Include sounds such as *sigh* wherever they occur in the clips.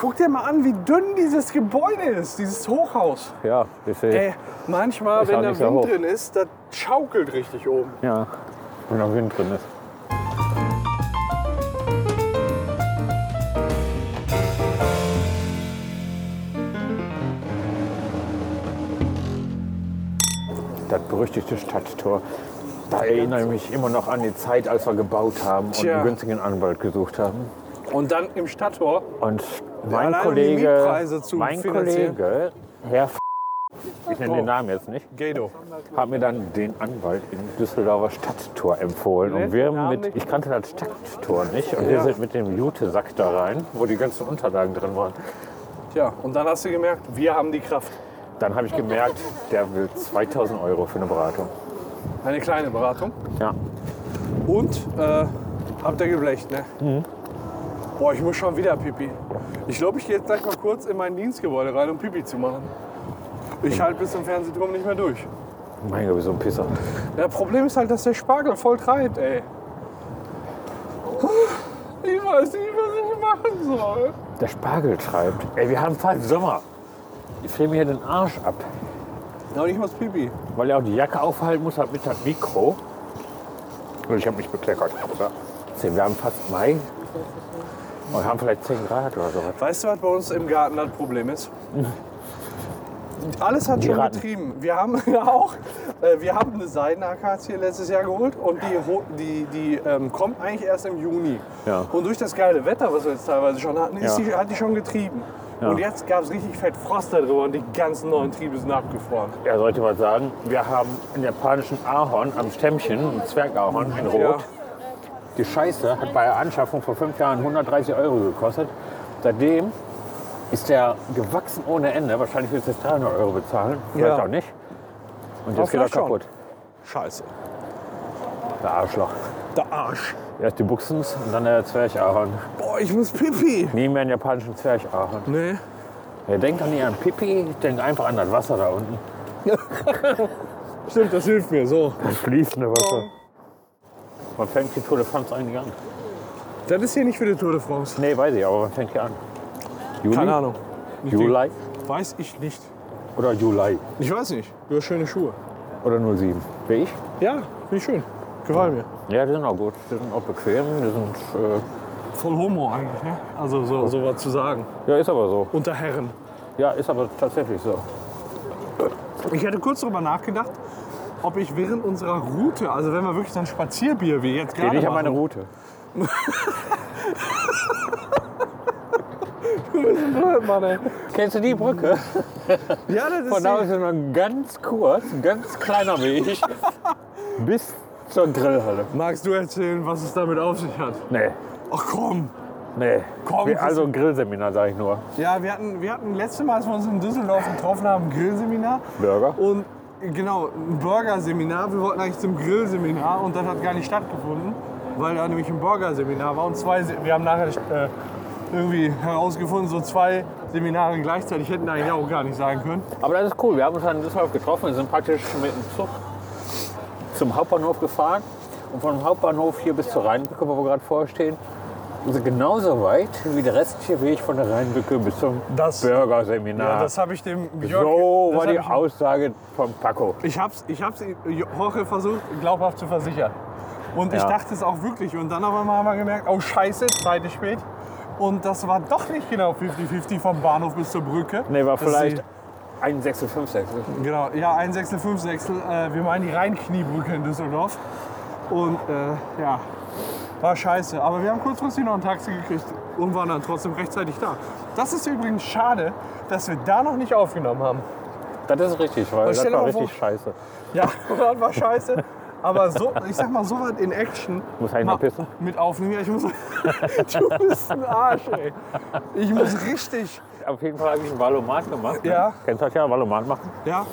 Guck dir mal an, wie dünn dieses Gebäude ist, dieses Hochhaus. Ja, ich Ey, sehe. manchmal, Ist auch wenn der nicht so Wind hoch. drin ist, das schaukelt richtig oben. Ja, wenn noch Wind drin ist. Das berüchtigte Stadttor. Da erinnere ich mich immer noch an die Zeit, als wir gebaut haben und Tja. einen günstigen Anwalt gesucht haben. Und dann im Stadttor. Und mein allein um die Mietpreise Kollege, zu mein finanzieren. Oh. Kollege, Herr F ich nenne den Namen jetzt nicht, Gado. hat mir dann den Anwalt im Düsseldorfer Stadttor empfohlen. Nee, Und wir den Namen mit, nicht. ich kannte das Stadttor nicht. Und wir Ja. sind mit dem Jutesack da rein, wo die ganzen Unterlagen drin waren. Tja, und dann hast du gemerkt, wir haben die Kraft. Dann habe ich gemerkt, der will 2000 Euro für eine Beratung. Eine kleine Beratung. Ja. Und äh, habt ihr geblecht, ne? Mhm. Boah, ich muss schon wieder Pipi. Ich glaube, ich gehe jetzt gleich mal kurz in mein Dienstgebäude rein, um Pipi zu machen. Ich halte bis zum Fernsehturm nicht mehr durch. Mein Gott, wie so ein Pisser. Das Problem ist halt, dass der Spargel voll treibt, ey. Ich weiß nicht, was ich machen soll. Der Spargel treibt. Ey, wir haben fast Sommer. Ich friere mir hier den Arsch ab. Ja, und ich muss Pipi. Weil er auch die Jacke aufhalten muss, hat mit das Mikro. Und ich habe mich bekleckert. Oder? Zehn, Wir haben fast Mai und haben vielleicht 10 Grad oder so. Weißt du, was bei uns im Garten das Problem ist? Alles hat Die schon Ratten. getrieben. Wir haben *laughs* ja auch, äh, wir haben eine Seidenakazie letztes Jahr geholt und die, ho- die, die ähm, kommt eigentlich erst im Juni. Ja. Und durch das geile Wetter, was wir jetzt teilweise schon hatten, ist Ja. die, hat die schon getrieben. Ja. Und jetzt gab es richtig fett Frost da drüber und die ganzen neuen Triebe sind abgefroren. Er sollte mal sagen, wir haben einen japanischen Ahorn am Stämmchen, einen Zwergahorn in Rot. Ja. Die Scheiße hat bei der Anschaffung vor fünf Jahren 130 Euro gekostet. Seitdem ist der gewachsen ohne Ende. Wahrscheinlich willst du jetzt 300 Euro bezahlen. Vielleicht Ja. auch nicht. Und Aber jetzt geht er vielleicht schon. kaputt. Scheiße. Der Arschloch. Der Arsch. Erst die Buchsens und dann der Zwergahorn. Boah, ich muss Pipi. Nie mehr einen japanischen Zwergahorn. Nee. Ja, denk doch nicht an Pipi, denk einfach an das Wasser da unten. Stimmt, das hilft mir so. Das fließende Wasser. Wann fängt die Tour de France eigentlich an? Das ist hier nicht für die Tour de France. Nee, weiß ich, aber wann fängt die an? Juli? Keine Ahnung. Juli Weiß ich nicht. oder Juli? Ich weiß nicht. Du hast schöne Schuhe. Oder 07? Wie ich? Ja, finde ich schön. Gefallen mir. Ja, die sind auch gut. Die sind auch bequem. Die sind, äh, Voll Homo eigentlich, ne? Also so, so was zu sagen. ja, ist aber so. Unter Herren. Ja, ist aber tatsächlich so. Ich hätte kurz darüber nachgedacht, ob ich während unserer Route, also wenn wir wirklich so ein Spazierbier wie jetzt Geh gerade nicht an meine machen, Route. Mann, ey. Kennst du die Brücke? Ja, das ist Von da aus ist nur ein ganz kurz, ein ganz kleiner Weg. Bis zur Grillhalle. die- Magst du erzählen, was es damit auf sich hat? Nee, Ach komm. nee. Komm, Wir- also ein Grillseminar, sag ich nur. Ja, wir hatten, wir hatten letzte Mal, als wir uns in Düsseldorf getroffen haben, ein Grillseminar. Burger? Und genau, ein Burgerseminar. Wir wollten eigentlich zum Grillseminar und das hat gar nicht stattgefunden, weil da nämlich ein Burgerseminar war. Und zwei, Se- wir haben nachher äh, irgendwie herausgefunden, so zwei Seminare gleichzeitig hätten eigentlich auch gar nicht sein können. Aber das ist cool. Wir haben uns dann in Düsseldorf getroffen. Wir sind praktisch mit dem Zug zum Hauptbahnhof gefahren. Und vom Hauptbahnhof hier bis zur Rheinbrücke, wo wir gerade vorstehen, ist genauso weit wie der restliche Weg von der Rheinbrücke bis zum Das- Bürgerseminar. Ja, das habe ich dem Björk. so das war die hab ich, Aussage von Paco. ich hab's, ich hab's Jorge versucht, glaubhaft zu versichern. Und ich Ja. dachte es auch wirklich. Und dann auf einmal haben wir gemerkt, oh Scheiße, Zeit ist spät. Und das war doch nicht genau 50-50 vom Bahnhof bis zur Brücke. Nee, war Das ist vielleicht die- ein Sechstel, fünf Sechstel. Genau, ja, ein Sechstel, fünf Sechstel. Äh, wir meinen die Rheinkniebrücke in Düsseldorf. Und äh, ja, war scheiße. Aber wir haben kurzfristig noch ein Taxi gekriegt und waren dann trotzdem rechtzeitig da. Das ist übrigens schade, dass wir da noch nicht aufgenommen haben. Das ist richtig, weil Aber stell das dir war mal vor- richtig scheiße. Ja, *laughs* das war scheiße. Aber so, ich sag mal, so was in Action Muss eigentlich mal noch pissen? mit aufnehmen. Ja, ich muss, *laughs* du bist ein Arsch, ey. Ich muss richtig, Auf jeden Fall habe ich einen Valomat gemacht. ne? Ja. Kennst du das ja, Valomat machen? ja.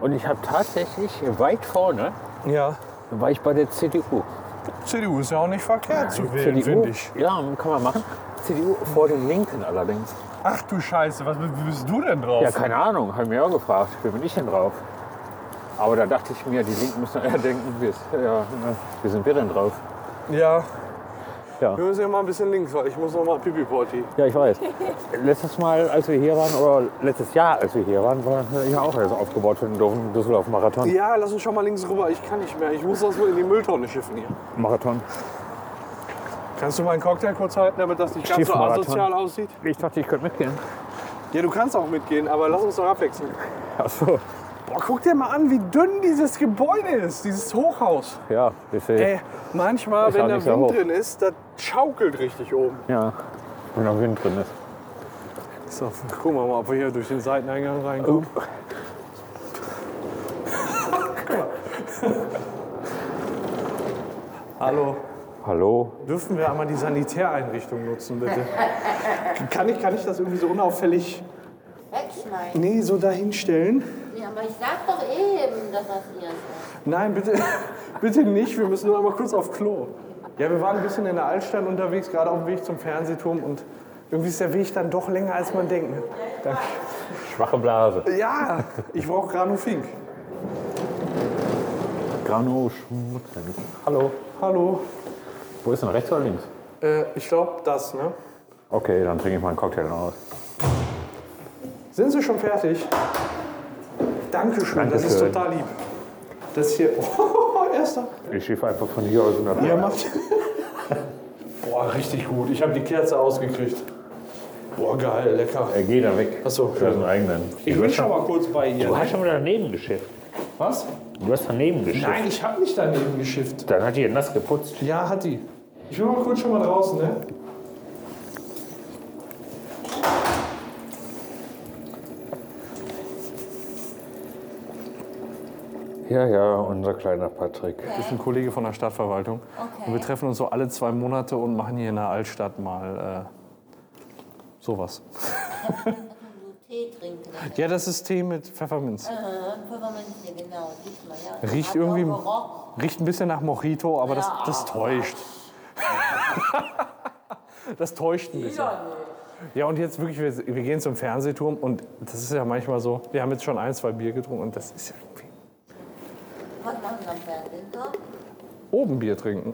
Und ich habe tatsächlich weit vorne, Ja, war ich bei der CDU. CDU ist ja auch nicht verkehrt zu wählen, CDU? finde ich. Ja, kann man machen. CDU vor den Linken allerdings. Ach du Scheiße, was wie bist du denn drauf? Ja, keine Ahnung, habe ich mir auch gefragt, wie bin ich denn drauf? Aber da dachte *laughs* ich mir, die Linken müssen eher denken, wie, ist, ja, ne, wie sind wir denn drauf? Ja. Ja. Wir müssen ja mal ein bisschen links, weil ich muss noch mal Pipi-Party. Ja, ich weiß. *laughs* Letztes Mal, als wir hier waren, oder letztes Jahr, als wir hier waren, war das ja auch alles aufgebaut für den doofen Düsseldorf-Marathon. Ja, lass uns schon mal links rüber. Ich kann nicht mehr. Ich muss das wohl in die Mülltonne schiffen hier. Marathon. Kannst du meinen Cocktail kurz halten, damit das nicht ganz so Schiffmarathon. asozial aussieht? Ich dachte, ich könnte mitgehen. Ja, du kannst auch mitgehen, aber lass uns doch abwechseln. Ach so. Boah, guck dir mal an, wie dünn dieses Gebäude ist, dieses Hochhaus. Ja, ich Ey, manchmal, Ist auch wenn der nicht so Wind hoch. drin ist, das schaukelt richtig oben. Ja. Wenn noch Wind drin ist. So, gucken wir mal, ob wir hier durch den Seiteneingang reinkommen. *laughs* Hallo, Hallo? dürfen wir einmal die Sanitäreinrichtung nutzen, bitte? *laughs* kann, ich, kann ich das irgendwie so unauffällig, Wegschneiden. nee, so dahinstellen? Ja, aber ich sag doch eben, dass das ihr ist. Nein, bitte, *laughs* bitte nicht. Wir müssen nur einmal kurz auf Klo. Ja, wir waren ein bisschen in der Altstadt unterwegs, gerade auf dem Weg zum Fernsehturm und irgendwie ist der Weg dann doch länger, als man denkt. ne? Danke. Schwache Blase. Ja, ich brauche Granufink. Grano schmutzig. Hallo. Hallo. Wo ist denn rechts oder links? Äh, ich glaube, das, ne? Okay, dann trinke ich mal einen Cocktail aus. Sind Sie schon fertig? Dankeschön, das ist Dankeschön. total lieb. Das hier. *laughs* Oh, erster. Ich schiefe einfach von hier aus in der Ja, macht. *laughs* Boah, richtig gut. Ich habe die Kerze ausgekriegt. Boah, geil, lecker. Er geht da weg. Ach so, Für seinen eigenen. Ich bin schon mal kurz bei Du ihr. hast schon wieder daneben geschifft. Was? Du hast daneben geschifft. Nein, ich habe nicht daneben geschifft. Dann hat die nass geputzt. Ja, hat die. Ich bin mal kurz schon mal draußen, ne? Ja, ja, unser kleiner Patrick. Das ist ein Kollege von der Stadtverwaltung. Und wir treffen uns so alle zwei Monate und machen hier in der Altstadt mal äh, sowas. So Tee trinken. Ja, das ist Tee mit Pfefferminz. Aha, Pfefferminztee, genau. Diesmal, ja. Riecht Hat irgendwie- auch gerochen. Riecht ein bisschen nach Mojito, aber das, das täuscht. *laughs* das täuscht ein bisschen. Ja, und jetzt wirklich, wir, wir gehen zum Fernsehturm und das ist ja manchmal so, wir haben jetzt schon ein, zwei Bier getrunken und das ist ja irgendwie... Was machen wir am Fernsehen? So? Oben Bier trinken.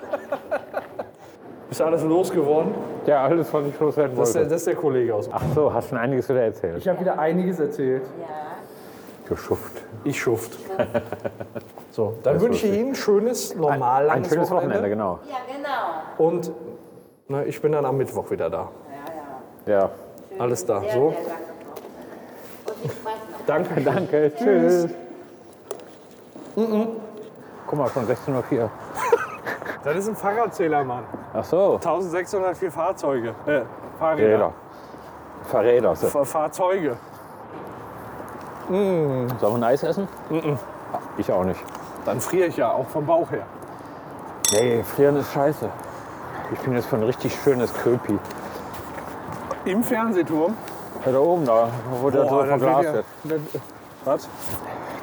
*laughs* Ist alles losgeworden? Ja, alles, was ich loswerden Das ist, der, wollte. das ist der Kollege aus. Ach so, hast du einiges wieder erzählt. Ich habe wieder einiges erzählt. Ja. Geschuft. Ich *laughs* schuft. So, dann wünsche ich Ihnen ein schönes, normal Ein langes schönes Wochenende, genau. Ja, genau. Und na, ich bin dann am Mittwoch wieder da. Ja, ja. Ja. Alles da. Sehr, So, sehr lange Wochenende. Und viel Spaß noch. danke. Danke, tschüss. Mm, Guck mal, schon 16.04 Uhr. Das ist ein Fahrradzähler, Mann. Ach so. 1604 Fahrzeuge. Äh, Fahrräder. Verräter. Verräter. So. F- Fahrzeuge. Sollen wir ein Eis essen? Ich auch nicht. Dann friere ich ja, auch vom Bauch her. Nee, frieren ist scheiße. Ich bin jetzt für ein richtig schönes Köpi. Im Fernsehturm. Ja, da oben, da, wo der so das wird verglast ja- ist. das- Was?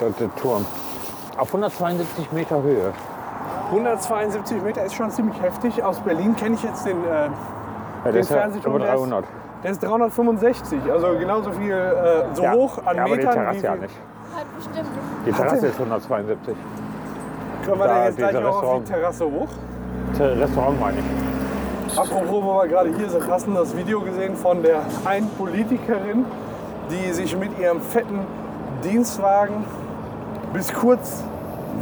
Der, der Turm. Auf 172 Meter Höhe. 172 Meter ist schon ziemlich heftig. Aus Berlin kenne ich jetzt den, äh, Ja, der den ist ja Fernsehturm. über der ist- 300. Der ist 365, also genauso viel, äh, so hoch an ja, aber die Metern Terrasse wie ja viel- nicht. Die Terrasse ist 172. Können wir Da, denn jetzt gleich dieser auch auf Restaurant. die Terrasse hoch? Ter- Restaurant meine ich. Apropos, wo wir gerade hier sind, hast du das Video gesehen von der einen Politikerin, die sich mit ihrem fetten Dienstwagen bis kurz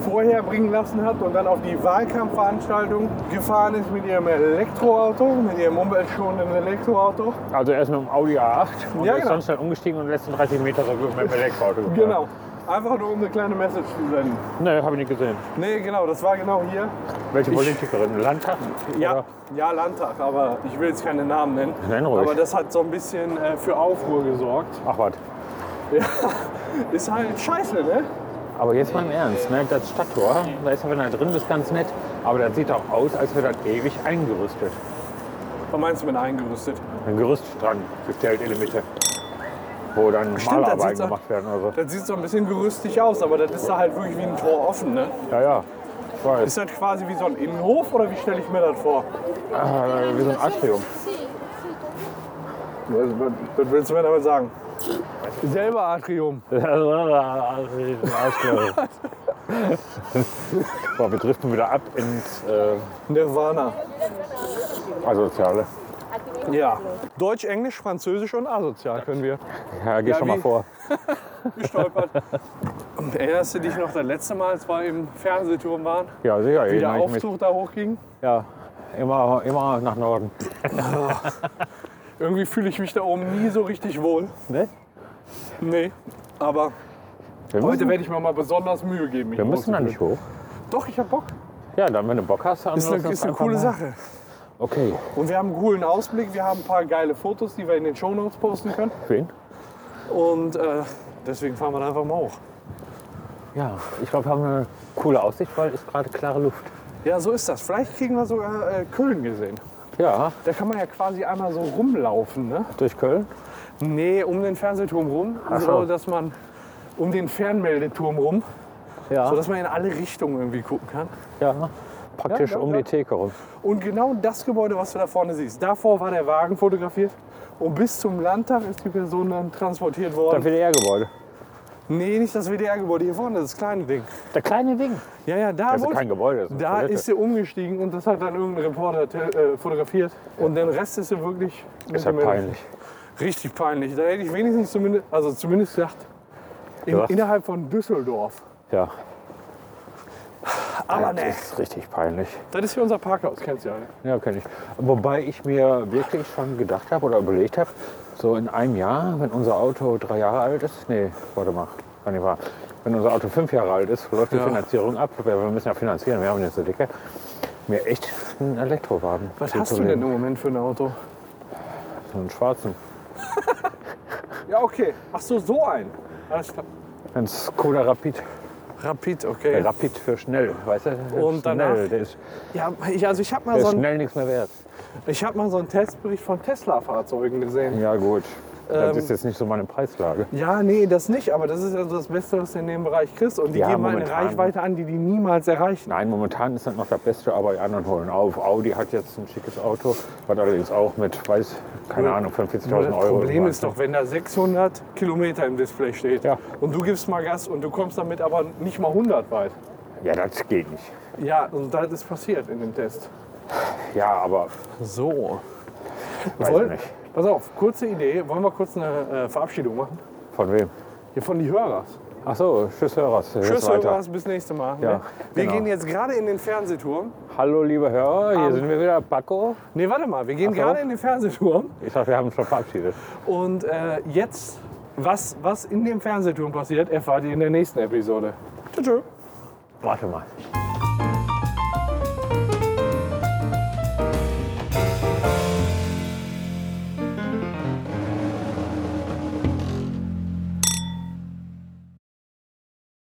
vorher bringen lassen hat und dann auf die Wahlkampfveranstaltung gefahren ist mit ihrem Elektroauto, mit ihrem umweltschonenden Elektroauto. Also erst mit dem Audi A8 und Ja, ist genau. sonst dann umgestiegen und die letzten 30 Meter so mit dem Elektroauto gefahren. Genau. Einfach nur um eine kleine Message zu senden. Nee, habe ich nicht gesehen. Nee, genau, das war genau hier. Welche Ich- Politikerin? Landtag? Ja, Oder? ja, Landtag, aber ich will jetzt keine Namen nennen. Nenn ruhig. Aber das hat so ein bisschen äh, für Aufruhr gesorgt. Ach was. Ja, ist halt scheiße, ne? Aber jetzt mal im Ernst, ne? das Stadttor, da ist ja, wenn da drin bist, ganz nett. Aber das sieht auch aus, als wäre das ewig eingerüstet. Was meinst du mit eingerüstet? Ein Gerüst dran gestellt in der Mitte. Wo dann Stimmt, das Malarbeiten sieht's auch- gemacht werden oder so. Das sieht so ein bisschen gerüstig aus, aber das ist da halt wirklich wie ein Tor offen, ne? Ja, ja. Ich weiß. Ist das quasi wie so ein Innenhof oder wie stelle ich mir das vor? Äh, wie so ein Atrium. Was, willst du mir damit *laughs* sagen? Selber Atrium. Arschloch. Boah, wir driften wieder ab ins äh, Nirvana. Asoziale. Ja. Deutsch, Englisch, Französisch und asozial können wir. Ja, geh Ja, schon wie- mal vor. *laughs* Gestolpert. Erinnerst du dich noch das letzte Mal, als wir im Fernsehturm waren? Ja, sicher. Wie der erinnere ich mich. Aufzug da hochging? Ja, immer, immer nach Norden. Irgendwie fühle ich mich da oben nie so richtig wohl. Ne? Nee. Aber Wir heute müssen, werde ich mir mal besonders Mühe geben. mich wir müssen da nicht hoch. hochzufühlen. Doch, ich hab Bock. Ja, dann, wenn du Bock hast, dann Ist lass eine, uns ist eine einfach coole mal- Sache. Okay, Und wir haben einen coolen Ausblick. Wir haben ein paar geile Fotos, die wir in den Shownotes posten können. wen? Und äh, deswegen fahren wir da einfach mal hoch. Ja, ich glaube, wir haben eine coole Aussicht, weil ist gerade klare Luft. Ja, so ist das. Vielleicht kriegen wir sogar äh, Köln gesehen. Ja, Da kann man ja quasi einmal so rumlaufen, ne? durch Köln. Nee, um den Fernsehturm rum, Ach so. so. dass man um den Fernmeldeturm rum, Ja, sodass man in alle Richtungen irgendwie gucken kann. ja. Praktisch Ja, ja, um ja. die Theke rum. Und genau das Gebäude, was du da vorne siehst, davor war der Wagen fotografiert und bis zum Landtag ist die Person dann transportiert Das worden. WDR-Gebäude. Nee, nicht das WDR-Gebäude, hier vorne, das kleine Ding. Der kleine Ding. Ja, ja, da, Das ist wurde- kein Gebäude, das ist eine da Toilette. ist sie umgestiegen und das hat dann irgendein Reporter tel- äh, fotografiert. Und den Rest ist sie wirklich... mit Ist ja dem Mädel- peinlich. Richtig peinlich. Da hätte ich wenigstens zumindest, also zumindest gesagt, in, Ja. innerhalb von Düsseldorf. Ja, Aber Ah, das ne, ist richtig peinlich. das ist hier unser Parkhaus, kennst du ja. ne? Ja, kenne ich. Wobei ich mir wirklich schon gedacht habe oder überlegt habe, so in einem Jahr, wenn unser Auto drei Jahre alt ist, nee, warte mal, kann nicht wahr. Wenn unser Auto fünf Jahre alt ist, läuft die Finanzierung ab. Wir wir müssen ja finanzieren, wir haben jetzt so dicke. Mir echt einen Elektrowagen. Was hast du denn im Moment für ein Auto? So einen schwarzen. Ja, okay. Ach so, so ein. Alles klar. Ein Skoda Rapid. Rapid, Der okay. Rapid für schnell, weißt du? Und danach? schnell, der ist, Ja, ich, also ich habe mal, der so ist einen- schnell nichts mehr wert. ich hab mal so einen Testbericht von Tesla-Fahrzeugen gesehen. Ja gut, das Ähm, ist jetzt nicht so meine Preislage. Ja, nee, das nicht, aber das ist also das Beste, was du in dem Bereich kriegst. Und die Ja, geben halt eine momentan. Reichweite an, die die niemals erreichen. Nein, momentan ist das noch das Beste, aber die anderen holen auf. Audi hat jetzt ein schickes Auto, was allerdings auch mit, weiß, keine Ahnung, 45.000 Nur Euro. das Problem war. ist doch, wenn da 600 Kilometer im Display steht Ja. und du gibst mal Gas und du kommst damit aber nicht mal 100 weit. Ja, das geht nicht. Ja, und das ist passiert in dem Test. Ja, aber So. weiß Wollen- nicht. Pass auf, kurze Idee. Wollen wir kurz eine äh, Verabschiedung machen? Von wem? Hier von die Hörers. Ach so, Tschüss Hörers. Jetzt Tschüss, weiter. Hörers, bis nächste Mal. Ja, ne? Wir genau. gehen jetzt gerade in den Fernsehturm. Hallo, liebe Hörer, hier sind wir wieder, Paco. Nee, warte mal, wir gehen so. gerade in den Fernsehturm. Ich dachte, wir haben uns schon verabschiedet. Und äh, jetzt, was, was in dem Fernsehturm passiert, erfahrt ihr in der nächsten Episode. Tschüss. tschüss. Warte mal.